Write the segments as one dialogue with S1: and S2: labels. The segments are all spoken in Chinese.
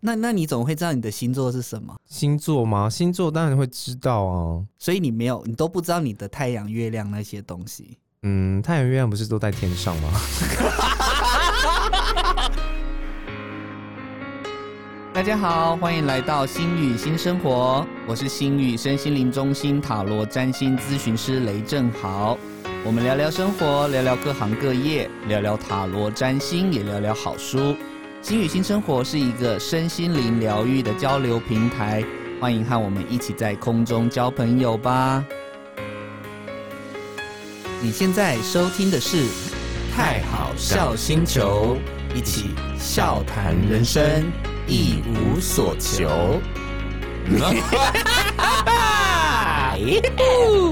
S1: 那那你怎么会知道你的星座是什么？
S2: 星座吗？星座当然会知道啊。
S1: 所以你没有，你都不知道你的太阳、月亮那些东西。
S2: 嗯，太阳、月亮不是都在天上吗？
S1: 大家好，欢迎来到星宇新生活，我是星宇身心灵中心塔罗占星咨询师雷正豪。我们聊聊生活，聊聊各行各业，聊聊塔罗占星，也聊聊好书。星宇新生活是一个身心灵疗愈的交流平台，欢迎和我们一起在空中交朋友吧。你现在收听的是《太好笑星球》，一起笑谈人生，一无所求。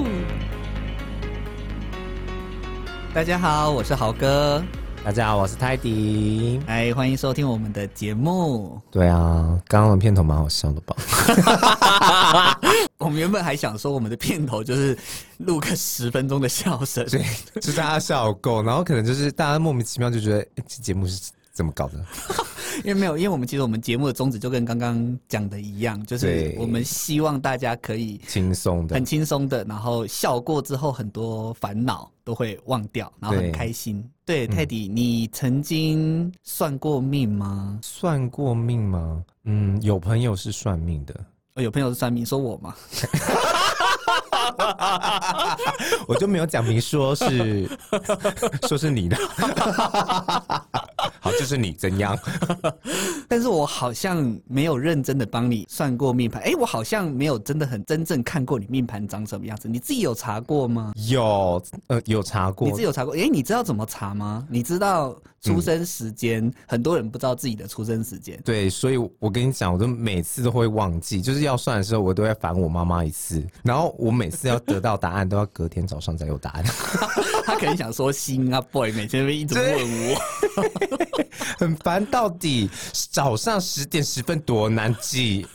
S1: 大家好，我是豪哥，
S2: 大家好，我是泰迪。
S1: 哎，欢迎收听我们的节目。
S2: 对啊，刚刚的片头蛮好笑 的吧？
S1: 我们原本还想说，我们的片头就是录个十分钟的笑声，
S2: 对，就是大家笑够，然后可能就是大家莫名其妙就觉得、诶这节目是怎么搞的？
S1: 因为没有，因为我们其实我们节目的宗旨就跟刚刚讲的一样，就是
S2: 对
S1: 我们希望大家可以
S2: 轻松的
S1: 很，轻松的，然后笑过之后，很多烦恼都会忘掉，然后很
S2: 对
S1: 开心。对，泰迪，你曾经算过命吗？
S2: 算过命吗？嗯，有朋友是算命的，
S1: 哦、有朋友是算命，说我吗？
S2: 我就没有讲明说 是说是 你的。好，就是你怎样？
S1: 但是我好像没有认真的帮你算过命盘，哎，我好像没有真的很真正看过你命盘长什么样子。你自己有查过吗？
S2: 有呃有查过
S1: 你自己有查过？哎，你知道怎么查吗？你知道出生时间，很多人不知道自己的出生时间。
S2: 对，所以我跟你讲，我都每次都会忘记，就是要算的时候，我都会烦我妈妈一次，然后我每次要得到答案，都要隔天早上才有答案，
S1: 他可能想说新啊 boy，每天会一直问我。
S2: 很烦。到底早上十点十分多难记？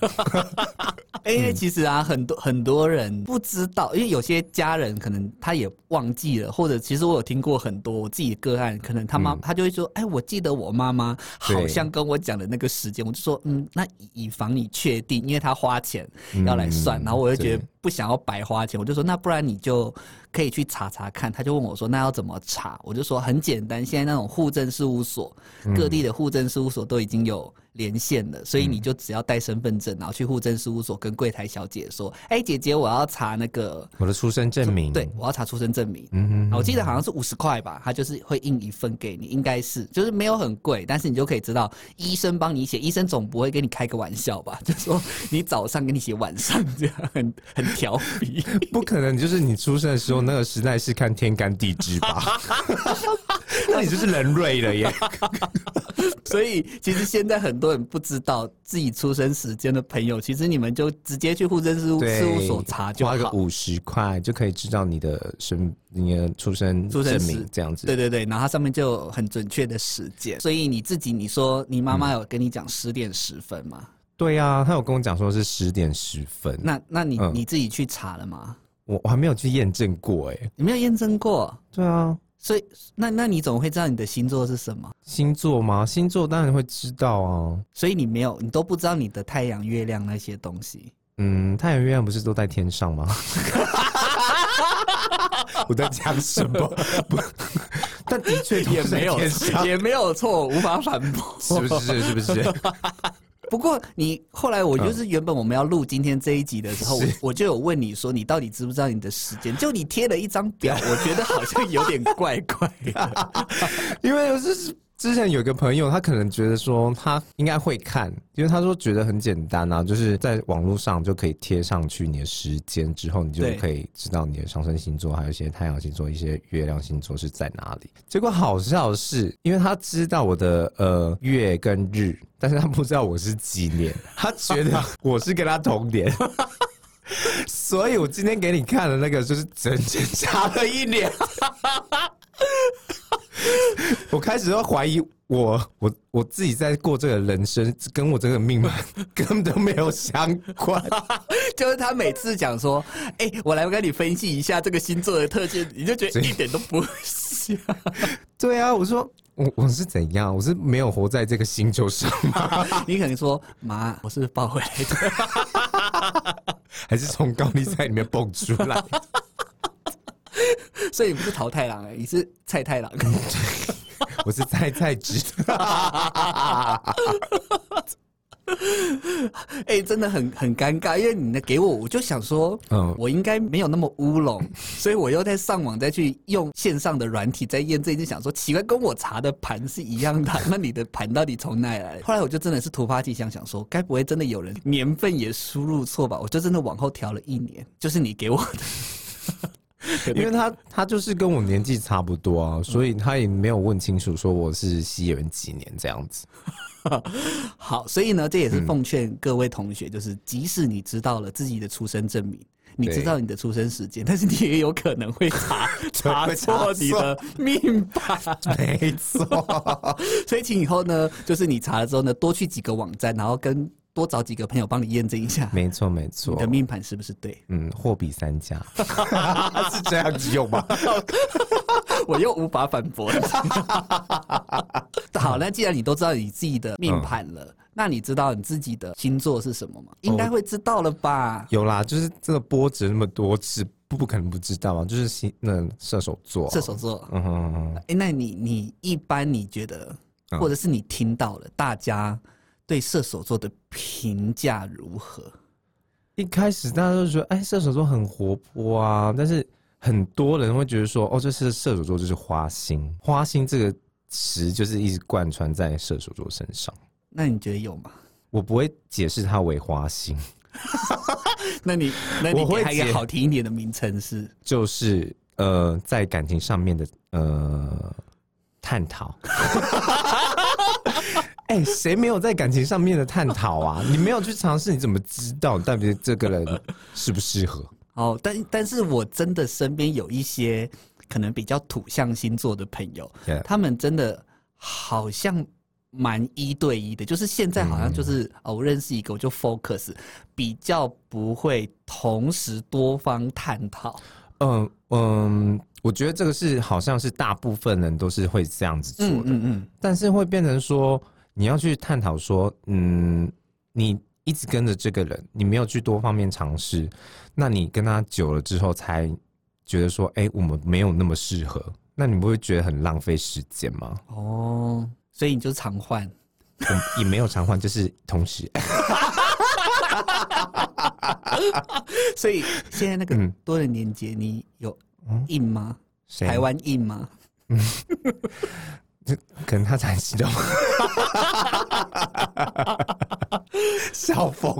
S1: 哎、因为其实啊，很多很多人不知道，因为有些家人可能他也忘记了，或者其实我有听过很多我自己的个案，可能他妈、他就会说，哎、我记得我妈妈好
S2: 对
S1: 像跟我讲的那个时间，我就说，嗯，那以以防你确定，因为他花钱 要来算，
S2: 嗯
S1: 然后我就觉得
S2: 对
S1: 不想要白花钱，我就说，那不然你就可以去查查看。他就问我说，那要怎么查？我就说很简单，现在那种户政事务所，
S2: 嗯
S1: 各地的户政事务所都已经有连线了，所以你就只要带身份证，然后去户政事务所跟柜台小姐说：“哎、姐姐，我要查那个，
S2: 我的出生证明，
S1: 对，我要查出生证明。
S2: 嗯
S1: 啊我记得好像是五十块吧，他就是会印一份给你，应该是就是没有很贵，但是你就可以知道医生帮你写，医生总不会跟你开个玩笑吧？ 就说你早上给你写晚上这样，很很调皮。
S2: 不可能，就是你出生的时候那个时代是看天干地 支吧？那你就是人瑞了耶。
S1: 所以其实现在很多人不知道自己出生时间的朋友，其实你们就直接去户政事务
S2: 对，
S1: 事务所查就
S2: 花个
S1: 好。
S2: 五十块就可以知道你的生你的出生
S1: 出生
S2: 证
S1: 时
S2: 明这样子。
S1: 对对对，然后它上面就有很准确的时间，所以你自己你说你妈
S2: 嗯
S1: 妈有跟你讲十点十分吗？
S2: 对啊，他有跟我讲说是十点十分，
S1: 那那你、
S2: 嗯
S1: 你自己去查了吗？
S2: 我我还没有去验证过哎、
S1: 你没有验证过，
S2: 对啊，
S1: 所以那那你怎么会知道你的星座是什么？
S2: 星座吗？星座当然会知道啊。
S1: 所以你没有，你都不知道你的太阳、月亮那些东西。
S2: 嗯，太阳、月亮不是都在天上 吗？我在讲什么？不，但的确都是在天上，
S1: 也没有错，无法反驳。
S2: 是不是？是不是？
S1: 不过你后来，我就是原本我们要录今天这一集的时候，我我就有问你说，你到底知不知道你的时间？就你贴了一张 表，我觉得好像有点怪 怪的。
S2: 因为我是之前有一个朋友，他可能觉得说他应该会看，因为他说觉得很简单啊，就是在网络上就可以贴上去你的时间之后，你就
S1: 对
S2: 可以知道你的上升星座，还有一些太阳星座、一些月亮星座是在哪里。结果好笑的是，因为他知道我的呃月跟日，但是他不知道我是几年，他觉得我是跟他同年。 所以，我今天给你看的那个，就是整整差了一年。我开始要怀疑我我我自己在过这个人生，跟我这 个命盘根本都没有相关。
S1: 就是他每次讲说，哎、我来跟你分析一下这个星座的特性，你就觉得一点都不像。
S2: 对啊，我说我我是怎样？我是没有活在这个星球上吗？
S1: 你可能说妈，我是抱回来的，
S2: 还是从高丽菜里面蹦出来？
S1: 所以你不是桃太郎、欸，你是蔡太郎。
S2: 我是菜菜值的。
S1: 哎、真的很很尴尬，因为你的给我，我就想说，
S2: 嗯
S1: 我应该没有那么乌龙，所以我又在上网再去用线上的软体再验证，就想说奇怪，跟我查的盘是一样的，那你的盘到底从哪里来的？后来我就真的是突发奇想，想说该不会真的有人年份也输入错吧？我就真的往后调了一年，就是你给我的，
S2: 因为他他就是跟我年纪差不多啊，所以他也没有问清楚说我是西元几年这样子。
S1: 好，所以呢，这也
S2: 嗯
S1: 是奉劝各位同学，就是即使你知道了自己的出生证明。你知
S2: 对
S1: 道你的出生时间， 但是你也有可能会 查查
S2: 会查
S1: 错你的命吧？
S2: 没错，
S1: 所以请以后呢，就是你查了之后呢，多去几个网站，然后跟多找几个朋友帮你验证一下
S2: 没错，没
S1: 你
S2: 错
S1: 的。命盘是不是对。
S2: 嗯，货比 三家 是这样子用吗？
S1: 我又无法反驳了。 好，那既然你都知道你自己的命盘了。
S2: 嗯
S1: 那你知道你自己的星座是什么吗？应
S2: 哦
S1: 该会知道了吧？
S2: 有啦，就是这个波折那么多是不不可能不知道啊，就是新那射手座，
S1: 射，手座。
S2: 嗯哼哼，
S1: 哎、那你你一般你觉得，
S2: 嗯
S1: 或者是你听到了大家对射手座的评价如何？
S2: 一开始大家都觉得，哎，射手座很活泼啊，但是很多人会觉得说，哦，这是射手座就是花心，花心这个词就是一直贯穿在射手座身上。
S1: 那你觉得有吗？
S2: 我不会解释它为花心，
S1: 那你那你
S2: 我会
S1: 给他一个
S2: 解
S1: 好听一点的名称是？
S2: 就是呃，在感情上面的呃探讨。 哎、谁没有在感情上面的探讨啊？你没有去尝试，你怎么知道到底这个人适不适合？
S1: 哦，但但是我真的身边有一些可能比较土象星座的朋友
S2: Yeah
S1: 他们真的好像蛮一对一的，就是现在好像
S2: 嗯
S1: 就是、哦，我认识一个我就 focus，比较不会同时多方探讨。
S2: 嗯嗯，我觉得这个是好像是大部分人都是会这样子做的，
S1: 嗯嗯，
S2: 但是会变成说你要去探讨说，嗯，你一直跟着这个人，你没有去多方面尝试，那你跟他久了之后才觉得说，哎、我们没有那么适合，那你不会觉得很浪费时间吗？
S1: 哦，所以你就常换。
S2: 我们也没有偿还，就是同时，哎
S1: 所以现在那个
S2: 嗯
S1: 多人连接，你有
S2: 嗯
S1: 印吗？
S2: 谁
S1: 台湾印吗？
S2: 可能他才 知道，笑疯。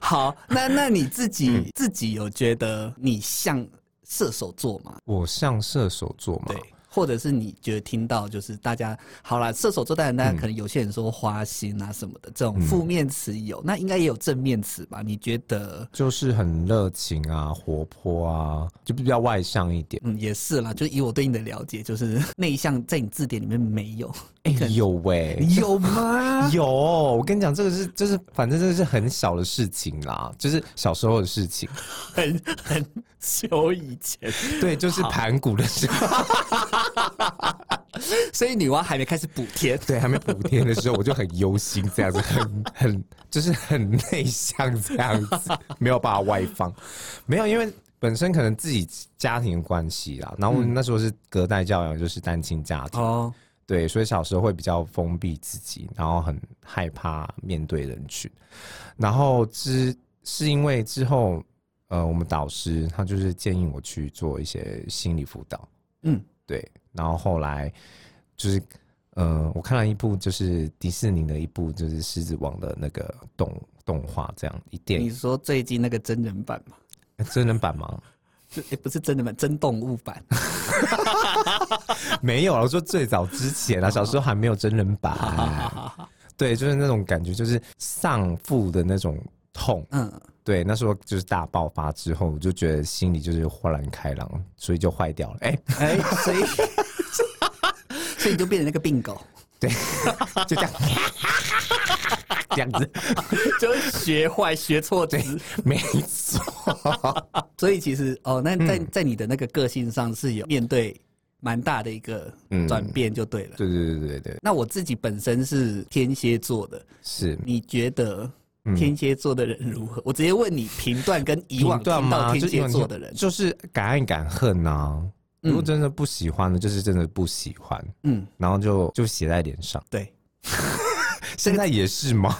S1: 好，那那你自己自己有觉得你像射手座吗？
S2: 我像射手座嘛，
S1: 对，或者是你觉得听到就是大家好啦，射手座当然大家可能有些人说花心啊什么的，这种负面词有，那应该也有正面词吧？你觉得？
S2: 就是很热情啊，活泼啊，就比较外向一点。
S1: 嗯，也是啦，就以我对你的了解，就是内向在你字典里面没有，
S2: 哎、有喂、
S1: 你有吗？
S2: 有，我跟你讲，这个是就是反正这个是很小的事情啦，就是小时候的事情，
S1: 很很久以前，
S2: 对，就是盘古的时候，
S1: 所以女娲还没开始补贴。
S2: 对，还没补天的时候，我就很忧心，这样子，很很就是很内向这样子， 没有办法外放，没有，因为本身可能自己家庭关系啦，然后那时候是隔代教养，就是单亲家庭，
S1: 哦，
S2: 对，所以小时候会比较封闭自己，然后很害怕面对人群。然后之是因为之后，呃，我们导师他就是建议我去做一些心理辅导，
S1: 嗯，
S2: 对。然后后来就是，呃，我看了一部就是迪士尼的一部就是《狮子王》的那个动动画，这样一电
S1: 你
S2: 影
S1: 说最近那个真人版吗？
S2: 呃真人版吗？
S1: 这诶不是真人版，真动物版。
S2: 没有啊，我说最早之前啊，小时候还没有真 人版。对，就是那种感觉，就是丧父的那种痛。
S1: 嗯，
S2: 对，那时候就是大爆发之后，我就觉得心里就是豁然开朗，所以就坏掉了。哎、
S1: 哎、所以 所以你就变成那个病狗，
S2: 就这样， 这样子，
S1: 就是学坏学错
S2: 对，没错。
S1: 嗯所以其实哦，那在在你的那个个性上是有面对蛮大的一个
S2: 嗯
S1: 转变就对了。
S2: 对对对对对，
S1: 那我自己本身是天蝎座的，
S2: 是
S1: 你觉得
S2: 嗯
S1: 天蝎座的人如何？我直接问你评断跟以往
S2: 评断
S1: 听到
S2: 吗？
S1: 天
S2: 就是
S1: 蝎座的人，
S2: 就是敢爱敢恨呐、如果
S1: 嗯
S2: 真的不喜欢的，就是真的不喜欢，
S1: 嗯，
S2: 然后就就写在脸上。
S1: 对，
S2: 现在也是吗？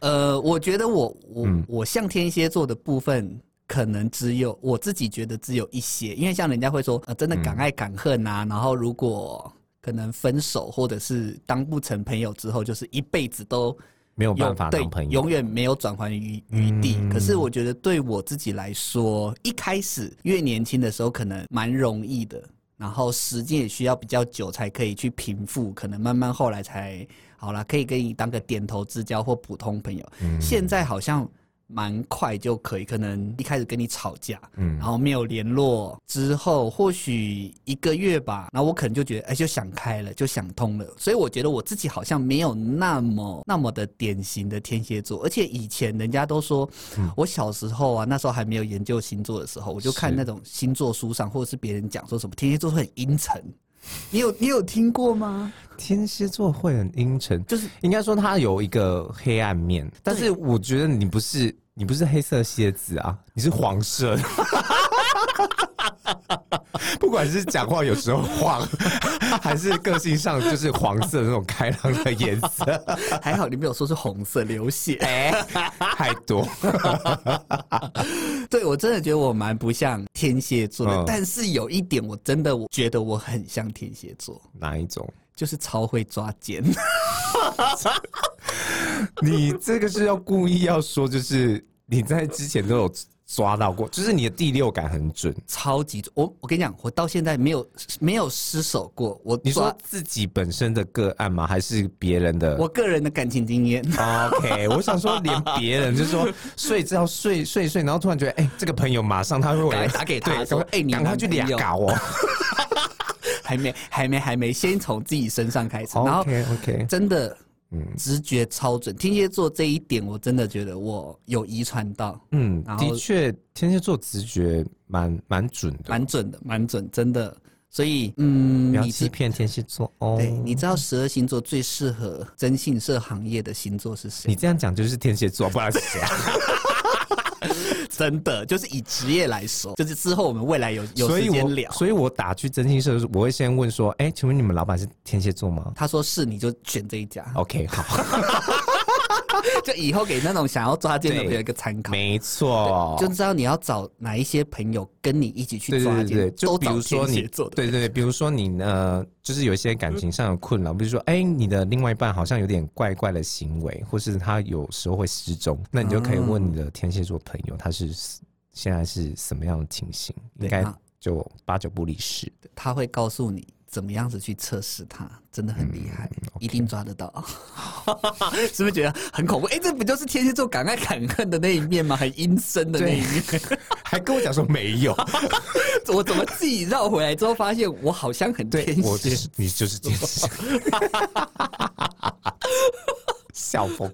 S1: 呃，我觉得我我、
S2: 嗯
S1: 我像天蝎座的部分。可能只有我自己觉得只有一些，因为像人家会说，呃，真的敢爱敢恨啊，然后如果可能分手或者是当不成朋友之后，就是一辈子都
S2: 没有
S1: 永
S2: 办法
S1: 对
S2: 当朋友
S1: 永。远没有转换余余地。
S2: 嗯
S1: 可是我觉得对我自己来说，一开始越年轻的时候可能蛮容易的，然后时间也需要比较久才可以去平复，可能慢慢后来才好啦，可以跟你当个点头之交或普通朋友。
S2: 嗯
S1: 现在好像。蛮快就可以，可能一开始跟你吵架，
S2: 嗯
S1: 然后没有联络之后，或许一个月吧，然后我可能就觉得，哎，就想开了，就想通了。所以我觉得我自己好像没有那么那么的典型的天蝎座，而且以前人家都说，我小时候啊，那时候还没有研究星座的时候，我就是看那种星座书上，或者是别人讲说什么天蝎座会很阴沉，你有你有听过吗？
S2: 天蝎座会很阴沉，
S1: 就是
S2: 应该说他有一个黑暗面，但是我觉得你不是你不是黑色蝎子啊，你是黄色的。 不管是讲话有时候黄， 还是个性上就是黄色的那种开朗的颜 色，
S1: 还好你没有说是红色流血。
S2: 太多。
S1: 对我真的觉得我蛮不像天蝎座的，
S2: 嗯
S1: 但是有一点我真的我觉得我很像天蝎座，
S2: 哪一种？
S1: 就是超会抓奸。
S2: 你这个是要故意要说，就是你在之前都有抓到过，就是你的第六感很准。
S1: 超级准我我跟你讲，我到现在没有没有失手过。我
S2: 你说
S1: 抓
S2: 自己本身的个案吗？还是别人的？
S1: 我个人的感情经验，
S2: OK，我想说，连别人就是说睡觉睡睡睡，然后突然觉得，哎、这个朋友马上他会回
S1: 赶
S2: 来
S1: 快打给他
S2: 对
S1: 说
S2: 赶快
S1: 哎你
S2: 赶快去
S1: 男
S2: 俩
S1: 朋友
S2: 搞哦。
S1: 还没还没还没，先从自己身上开始，然后
S2: OK OK，
S1: 真的
S2: 嗯
S1: 直觉超准。天蝎座这一点，我真的觉得我有遗传到，
S2: 嗯，
S1: 然后
S2: 的确，天蝎座直觉蛮蛮准的，
S1: 蛮准的，蛮准，真的。所以，嗯，
S2: 不要
S1: 你
S2: 欺
S1: 知
S2: 骗天蝎座哦。
S1: 对，你知道十二星座最适合征信社行业的星座是谁
S2: 你？这样讲就是天蝎座，不然是谁啊？
S1: 真的，就是以职业来说，就是之后我们未来有 有
S2: 所
S1: 时
S2: 以
S1: 间聊
S2: 我。 所以我打去征信社，我会先问说，哎、请问你们老板是天蝎座吗
S1: 他说是，你就选这一家。
S2: ？OK，好，
S1: 就以后给那种想要抓奸的
S2: 对
S1: 朋友一个参考，
S2: 没错，
S1: 就知道你要找哪一些朋友跟你一起去
S2: 对
S1: 抓
S2: 对
S1: 奸，
S2: 对对，就
S1: 都
S2: 比
S1: 找
S2: 如说
S1: 天
S2: 你
S1: 蝎座，的。
S2: 对对对，比如说你呃，就是有一些感情上的困扰，比如说哎、你的另外一半好像有点怪怪的行为，或是他有时候会失踪，那你就可以问你的天蝎座朋友，他是现在是什么样的情形，
S1: 对
S2: 应该
S1: 啊
S2: 就八九不离十。
S1: 他会告诉你怎么样子去测试他，真的很厉害，
S2: 嗯
S1: 一定抓得到。 是不是觉得很恐怖？哎、这不就是天蝎座敢爱敢恨的那一面吗？很阴森的那一面。
S2: 还跟我讲说没有，
S1: 我怎么自己绕回来之后，发现我好像很
S2: 对
S1: 天
S2: 我就
S1: 蝎？
S2: 是你就是 天蝎， 笑疯。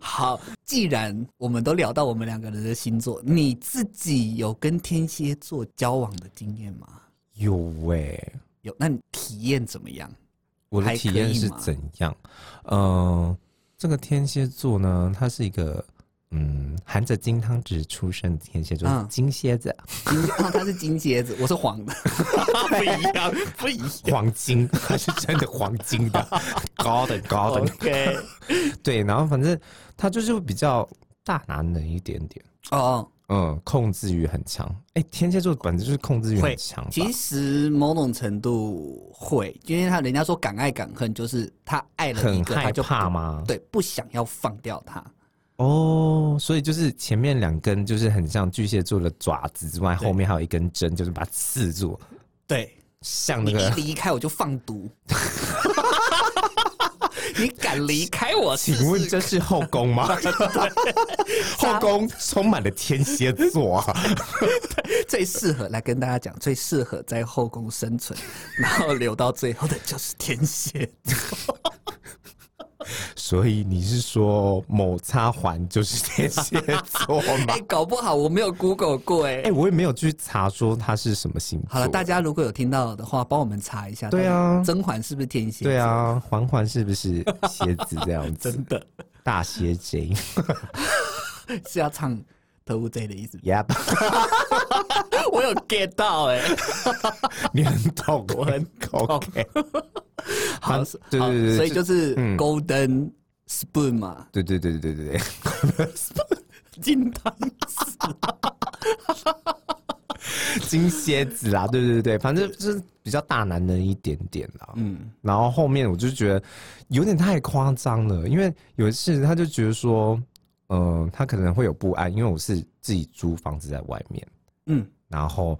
S1: 好，既然我们都聊到我们两个人的星座，你自己有跟天蝎座交往的经验吗？
S2: 有欸喂、
S1: 有，那你体验怎么样？
S2: 我的
S1: 还
S2: 体
S1: 可
S2: 验
S1: 以
S2: 是
S1: 吗
S2: 怎样？呃，这个天蝎座呢，它是一个嗯含着金汤匙出生的天蝎座，
S1: 嗯
S2: 金 蝎子，
S1: 金蝎，哦他是金蝎子，我是黄的，不一 样，不一样。
S2: 黄金，它是真的黄金 的，golden
S1: 哦
S2: golden。
S1: OK，
S2: 对，然后反正它就是比较大男人一点点，
S1: 哦，
S2: 嗯，控制欲很强。哎、天蝎座本身就是控制欲
S1: 会
S2: 很强吧，
S1: 其实某种程度会，因为他人家说敢爱敢恨，就是他爱了一
S2: 很
S1: 个，他
S2: 害
S1: 就
S2: 怕
S1: 不？
S2: 吗？
S1: 对，不想要放掉他。
S2: 哦，所以就是前面两根就是很像巨蟹座的爪子之外，
S1: 对
S2: 后面还有一根针，就是把它刺住。
S1: 对，
S2: 像那
S1: 你一
S2: 个
S1: 离开我就放 毒。你敢离开我试试？
S2: 请问这是后宫吗？后宫充满了天蝎座啊！
S1: 最适合来跟大家讲，最适合在后宫 生存，然后留到最后的就是天蝎。
S2: 所以你是说某擦环就是天蝎座吗
S1: 哎、？搞不好我没有 Google 过哎、
S2: 哎、我也没有去查说他是什么星座。
S1: 好了，大家如果有听到的话，帮我们查一下。
S2: 对啊
S1: 到底甄嬛是不是天蝎？
S2: 对，啊，环环是不是蝎子这样子？
S1: 真的
S2: 大蝎 J。
S1: 是要唱《特务 J》的意思
S2: ，Yep，
S1: 我有 get 到哎、
S2: 你很懂，我很懂。OK，
S1: 好，
S2: 好
S1: 是
S2: 对
S1: 好
S2: 对对对
S1: 所以就是
S2: 嗯
S1: Golden Spoon 嘛，
S2: 对对对对对对，
S1: 金汤
S2: 金蝎子啦，对对对对，反正就是比较大男人一点点啦。
S1: 嗯，
S2: 然后后面我就觉得有点太夸张了，因为有一次他就觉得说，嗯、他可能会有不安，因为我是自己租房子在外面，
S1: 嗯，
S2: 然后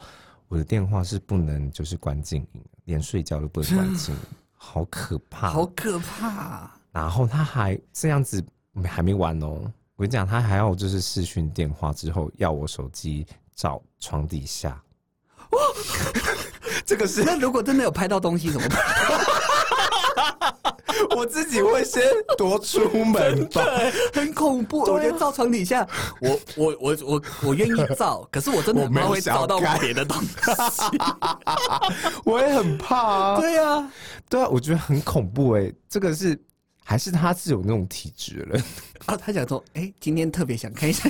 S2: 我的电话是不能就是关静音的，连睡觉都不能关静音，好可怕。
S1: 好可怕啊、
S2: 然后他还这样子嗯还没完哦，我跟你讲，他还要就是视讯电话之后要我手机照床底下，哦 这个 是
S1: 那如果真的有拍到东西怎么 办？
S2: 我自己会先夺出 门吧。
S1: 很恐怖，
S2: 啊
S1: 我觉得照床底下，我我我我我愿意 照，可是我真的
S2: 我
S1: 很
S2: 没有
S1: 怕会
S2: 想
S1: 照到
S2: 干
S1: 别的东西。
S2: 我也很怕啊。
S1: 对啊，
S2: 对啊，我觉得很恐怖哎、这个是还是他是有那种体质了。
S1: 啊，他想说，哎、今天特别想看一下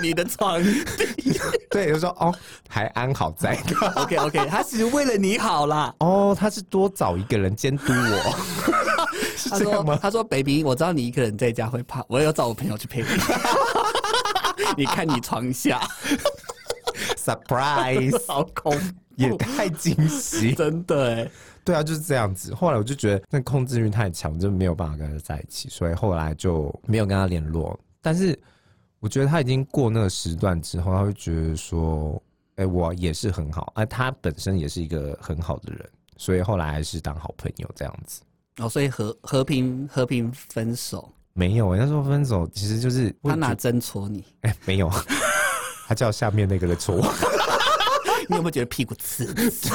S1: 你的 床底。
S2: 对，就说哦，还安好 在
S1: OK OK，他只是为了你好啦。
S2: 哦，他是多找一个人监督我， 是
S1: 他
S2: 这样
S1: 说
S2: 吗？
S1: 他说 baby，我知道你一个人在家会怕，我要找我朋友去陪你。 你看你床 下，
S2: surprise
S1: 好恐
S2: 也
S1: 怖，
S2: 太惊喜。
S1: 真的哎。
S2: 对啊，就是这样子。后来我就觉得那控制欲太强，就没有办法跟他在一起，所以后来就没有跟他联络。但是我觉得他已经过那个时段之后，他会觉得说：“哎、我也是很好，哎、他本身也是一个很好的人。”所以后来还是当好朋友这样子。
S1: 哦，所以和和平和平分手，
S2: 没有、那时候分手其实就是
S1: 他
S2: 我
S1: 拿
S2: 觉得
S1: 针戳你，
S2: 哎、没有， 他叫下面那个人戳我。
S1: 你有没有觉得屁股刺 刺？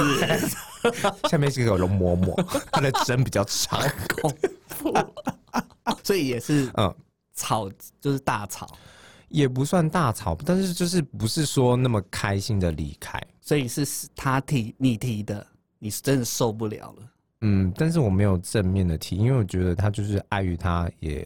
S2: 下面是个容嬷嬷，她的针比较长。
S1: 恐怖，所以也是
S2: 嗯，
S1: 吵，就是大吵，
S2: 也不算大吵，但是就是不是说那么开心的离开。
S1: 所以是他提你提的，你是真的受不了了。
S2: 嗯，但是我没有正面的提，因为我觉得他就是碍于他也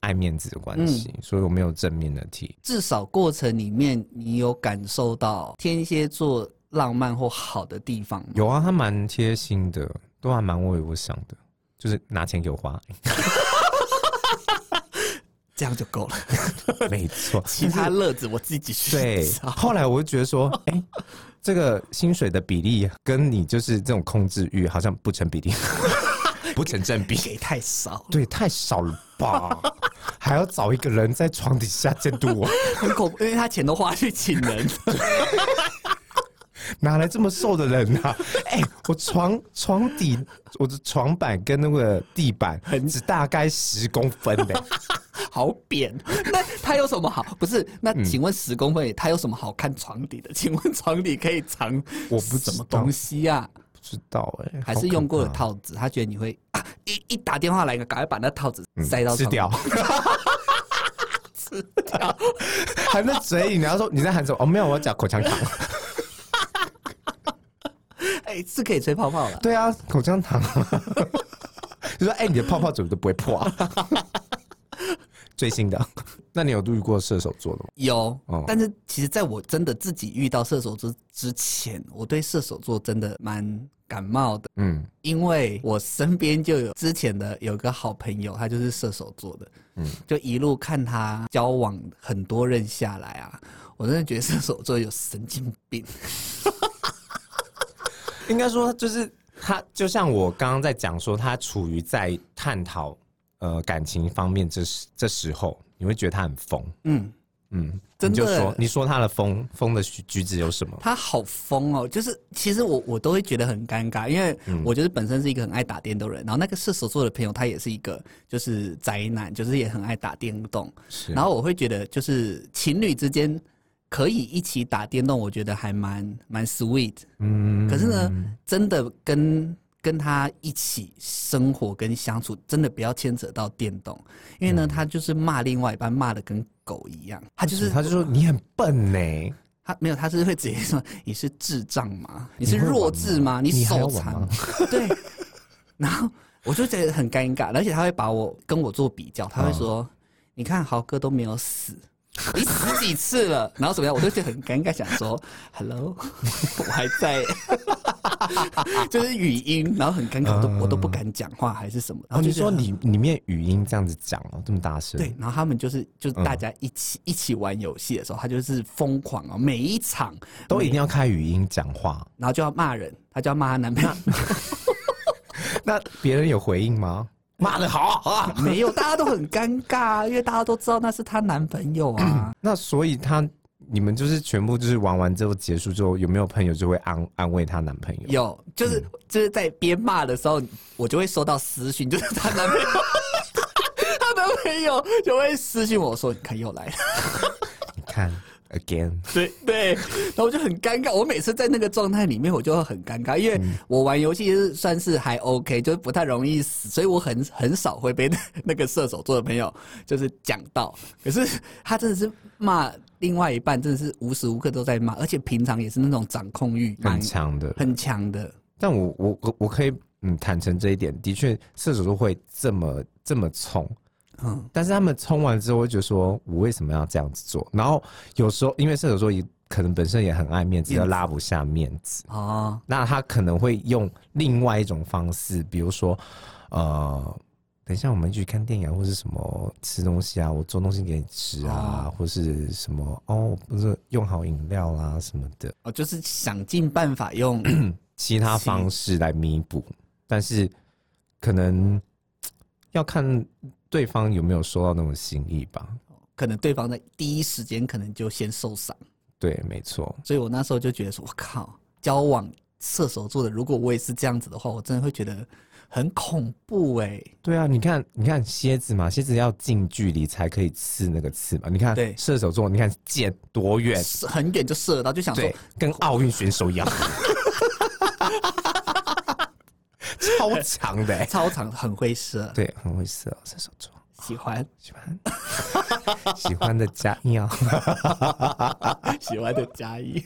S2: 爱面子的关系，所以我没有正面的提。
S1: 至少过程里面，你有感受到天蝎座浪漫或好的地方吗？
S2: 有啊，他蛮贴心的，都还蛮为我想的，就是拿钱给我花，
S1: 这样就够了，
S2: 没错。
S1: 其他乐子我自己去
S2: 对，
S1: 找。
S2: 后来我就觉得说，哎、这个薪水的比例跟你就是这种控制欲好像不成比例， 不成正 比。
S1: 给太少，
S2: 对，太少了吧？还要找一个人在床底下监督我，
S1: 很恐怖，因为他钱都花去请人，
S2: 哪来这么瘦的人 啊？哎、我床床底，我的床板跟那个地板只大概十公分欸呢、
S1: 好扁。嗯那他有什么好？不是？那请问十公分，他有什么好看床底的？请问床底可以藏
S2: 我不知
S1: 什么
S2: 道
S1: 东西啊？
S2: 不知道哎、
S1: 还是用过的
S2: 套
S1: 套子？他觉得你会、啊、一一打电话来，赶快把那套子塞到
S2: 嗯吃
S1: 床底
S2: 掉，
S1: 吃掉。
S2: 含在嘴里，然后说你在喊什么？哦，没有，我要讲口 香糖。
S1: 哎、是可以吹泡泡了。
S2: 对啊，口香糖。就说哎、你的泡泡怎么都不会破、 啊？最新的，那你有遇过射手座的吗？
S1: 有，
S2: 哦
S1: 但是其实在我真的自己遇到射手座之前，我对射手座真的蛮感冒的，
S2: 嗯，
S1: 因为我身边就有之前的有个好朋友，他就是射手座的，嗯，就一路看他交往很多任下来啊，我真的觉得射手座有神经病，
S2: 应该说就是他，就像我刚刚在讲说，他处于在探讨呃感情方面这时这时候，你会觉得他很疯，
S1: 嗯，
S2: 嗯，
S1: 真
S2: 你
S1: 的
S2: 就说你说他的疯疯的举举止有什么？
S1: 他好疯哦，就是其实我我都会觉得很尴尬，因为我就是本身是一个很爱打电动的人，然后那个射手座的朋友他也是一个就是宅男，就是也很爱打电动，
S2: 是
S1: 然后我会觉得就是情侣之间可以一起打电动，我觉得还蛮蛮 sweet，
S2: 嗯
S1: 可是呢，真的跟跟他一起生活跟相处，真的不要牵扯到电动，因为呢，他就是骂另外一半骂的跟狗一样，他就是
S2: 他就说你很笨呢、
S1: 他没有，他是会直接说你是智障吗？你
S2: 你
S1: 是
S2: 会玩
S1: 弱智吗？
S2: 吗
S1: 你
S2: 你还
S1: 手
S2: 要玩
S1: 残
S2: 吗
S1: 对，然后我就觉得很尴尬，而且他会把我跟我做比较，
S2: 嗯
S1: 他会说：“你看豪哥都没有死，你死几次了？” 然后怎么样？我就觉得很尴尬，想说 “hello”，我 还在， 就是语音，然后很尴尬，我都我都不敢讲话还是什么。
S2: 然后
S1: 就
S2: 嗯哦你
S1: 觉得
S2: 说
S1: 很
S2: 你里面语音这样子讲哦、这么大声，
S1: 对，，然后他们就是就是
S2: 嗯
S1: 大家一起、一起玩游戏的时候，他就是疯狂哦，每一场
S2: 都一定要开语音 讲话。
S1: 然后就要骂人，她就要骂她男朋友，
S2: 那别人有回应吗？骂的好啊！
S1: 没有，大家都很尴尬啊，因为大家都知道那是她男朋友啊。
S2: 那所以他你们就是全部就是玩完之后结束之后，有没有朋友就会安安慰她男朋友？
S1: 有，就是、就是在边骂的时候，我就会收到私讯，就是她男朋友， 她男朋友就会私讯我说：“你看又来了。
S2: 你看 again，”
S1: 对对，然后我就很尴尬。我每次在那个状态里面，我就会很尴尬，因为
S2: 嗯
S1: 我玩游戏是算是还 OK，就是不太容易死，所以我很很少会被那那个射手座的朋友就是讲到。可是他真的是骂另外一半，真的是无时无刻都在骂，而且平常也是那种掌控欲蛮
S2: 很强的。
S1: 很强的。
S2: 但我我我我可以嗯坦诚这一点，的确射手座会这么这么冲，
S1: 嗯，
S2: 但是他们冲完之后，会觉得说我为什么要这样子做？然后有时候因为射手座也可能本身也很爱面子，
S1: 面子
S2: 又拉不下面子，
S1: 哦，
S2: 那他可能会用另外一种方式，比如说呃。等一下，我们一起去看电影啊，或是什么吃东西啊，我做东西给你吃啊，或是什么哦，不是用好饮料啦、什么的，
S1: 哦，就是想尽办法用
S2: 其他方式来弥补，但是可能要看对方有没有收到那种心意吧。
S1: 可能对方在第一时间可能就先受伤。
S2: 对，没错。
S1: 所以我那时候就觉得说，我靠，交往射手座的，如果我也是这样子的话，我真的会觉得很恐怖哎、
S2: 对啊，你看，你看蝎子嘛，蝎子要近距离才可以刺那个刺嘛。你看
S1: 对
S2: 射手座，你看箭多远，
S1: 射很远就射得到，就想说
S2: 哎对，跟奥运选手一 样，超强的、欸。
S1: 操场很会射，
S2: 对，很会射、哦，射手座
S1: 喜欢
S2: 喜 欢喜欢的加哦要。
S1: 喜欢的加一。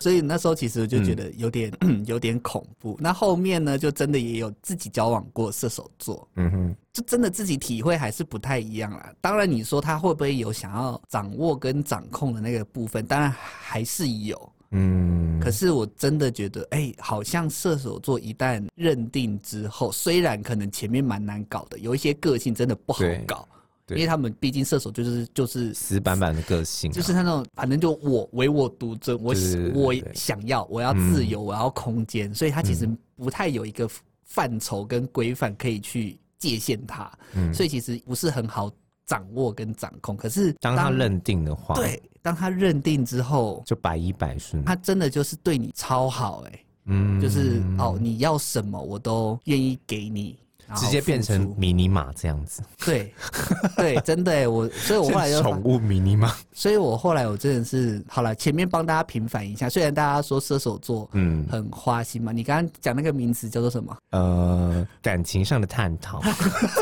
S1: 所以那时候其实就觉得有点、 有点恐怖。那后面呢，就真的也有自己交往过射手座，
S2: 嗯哼，
S1: 就真的自己体会还是不太一样啦。当然，你说他会不会有想要掌握跟掌控的那个部分，当然还是有。
S2: 嗯，
S1: 可是我真的觉得，哎、好像射手座一旦认定之后，虽然可能前面蛮难搞的，有一些个性真的不好
S2: 对
S1: 搞，因
S2: 对
S1: 为他们毕竟射手就是就是
S2: 死板板的个性啊、
S1: 就是他那种，反正就我唯我独尊，我
S2: 对对对对
S1: 我
S2: 对嗯
S1: 想要，我要自由，我要空间，所以他其实不太有一个范畴跟规范可以去界限它，
S2: 嗯
S1: 所以其实不是很好掌握跟掌控。可是
S2: 当他认定的话，，
S1: 对，当他认定之后，
S2: 就百依百顺。
S1: 他真的就是对你超好、欸，
S2: 嗯
S1: 就是、哦，你要什么我都愿意给你，然后
S2: 直接变
S1: 付
S2: 成
S1: 出
S2: 迷你马这样子，
S1: 对对，真的、欸，我所 以我后来就发
S2: 宠物迷你马。
S1: 所以我后来我真的是好了，前面帮大家平反一下，虽然大家说射手座
S2: 嗯
S1: 很花心嘛，你刚刚讲那个名词叫做什 么？
S2: 呃，感情上的 探讨，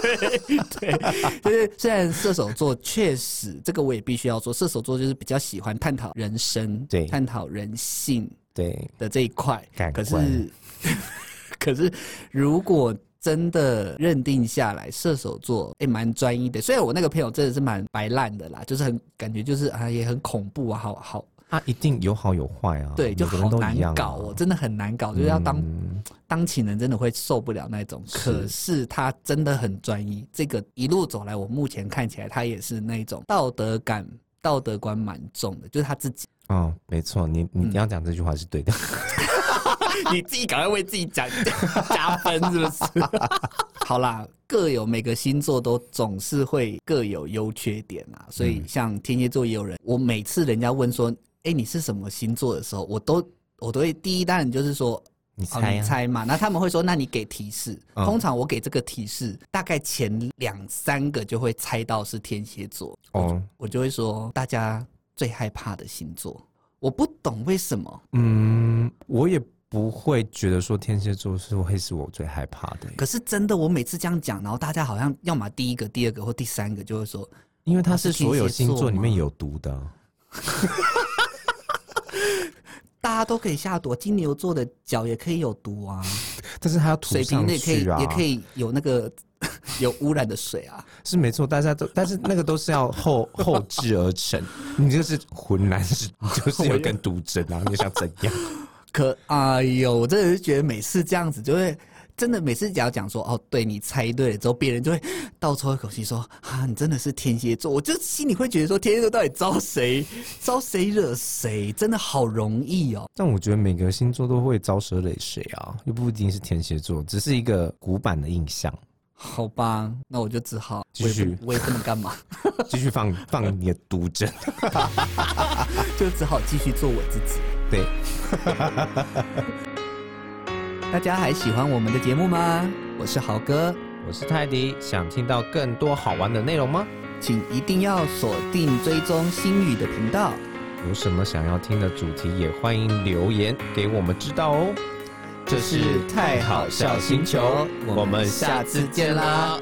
S1: 对，就是虽然射手座确实这个我也必须要说，射手座就是比较喜欢探讨人生，
S2: 对
S1: 探讨人性
S2: 对，
S1: 的这一块
S2: 感，
S1: 可
S2: 官
S1: 是 可是如果真的认定下来，射手座也蛮专一的。虽然我那个朋友真的是蛮白烂的啦，就是很感觉就是啊也很恐怖啊，好好
S2: 他一定有好有坏啊，
S1: 对，就
S2: 哦每个
S1: 好
S2: 人都
S1: 难
S2: 一样啊
S1: 搞哦，真的很难搞，就是要当、
S2: 嗯
S1: 当情人真的会受不了那种。可是他真的很专一，这个一路走来，我目前看起来他也是那种道德感、道德观蛮重的，就是他自己。
S2: 哦，没错，你
S1: 嗯
S2: 你要讲这句话是对的，
S1: 你自己赶快为自己讲 加分，是不是？ 好啦，各有每个星座都总是会各有优缺点啦，所以像天蝎座也有人，我每次人家问说，哎、你是什么星座的时候，我都我都会第一当然就是说
S2: 你
S1: 哦，
S2: 猜
S1: 你
S2: 啊，
S1: 猜嘛？那他们会说，那你给提示。
S2: 嗯
S1: 通常我给这个提示，大概前两三个就会猜到是天蝎座，
S2: 哦，
S1: 我就会说大家最害怕的星座。我不懂为什么，
S2: 嗯，我也不会觉得说天蝎座是会是我最害怕的耶，
S1: 可是真的，我每次这样讲，然后大家好像要么第一个、第二个或第三个就会说，
S2: 因为
S1: 他
S2: 它
S1: 是
S2: 是所有
S1: 天蝎
S2: 星
S1: 座
S2: 座里面
S1: 吗
S2: 有毒的啊。
S1: 大家都可以下毒，金牛座的脚也可以有毒 啊，
S2: 但是它要涂
S1: 水瓶
S2: 上
S1: 的也可以
S2: 去啊，
S1: 也可以有那个有污染的水啊。
S2: 是没错，大家都，但是那个都是要后后置而成，你就是浑然是就是有根毒针啊，你想怎样？
S1: 可哎呦，我真的是觉得每次这样子就会。真的每次只要讲说哦，对你猜对了之后，别人就会倒抽一口气说啊，你真的是天蝎座。我就心里会觉得说，天蝎座到底招谁，招谁惹谁，真的好容易哦。
S2: 但我觉得每个星座都会招蛇惹水啊，又不一定是天蝎座，只是一个古板的印象。
S1: 好吧，那我就只好
S2: 继续
S1: 我也不我也不能干嘛，
S2: 继续放放你的毒针，
S1: 就只好继续做我自己。
S2: 对，
S1: 大家还喜欢我们的节目吗？我是豪哥，
S2: 我是泰迪，想听到更多好玩的内容吗？
S1: 请一定要锁定追踪星宇的频道。
S2: 有什么想要听的主题，也欢迎留言给我们知道哦。这
S1: 是太好笑星球我们下次见啦。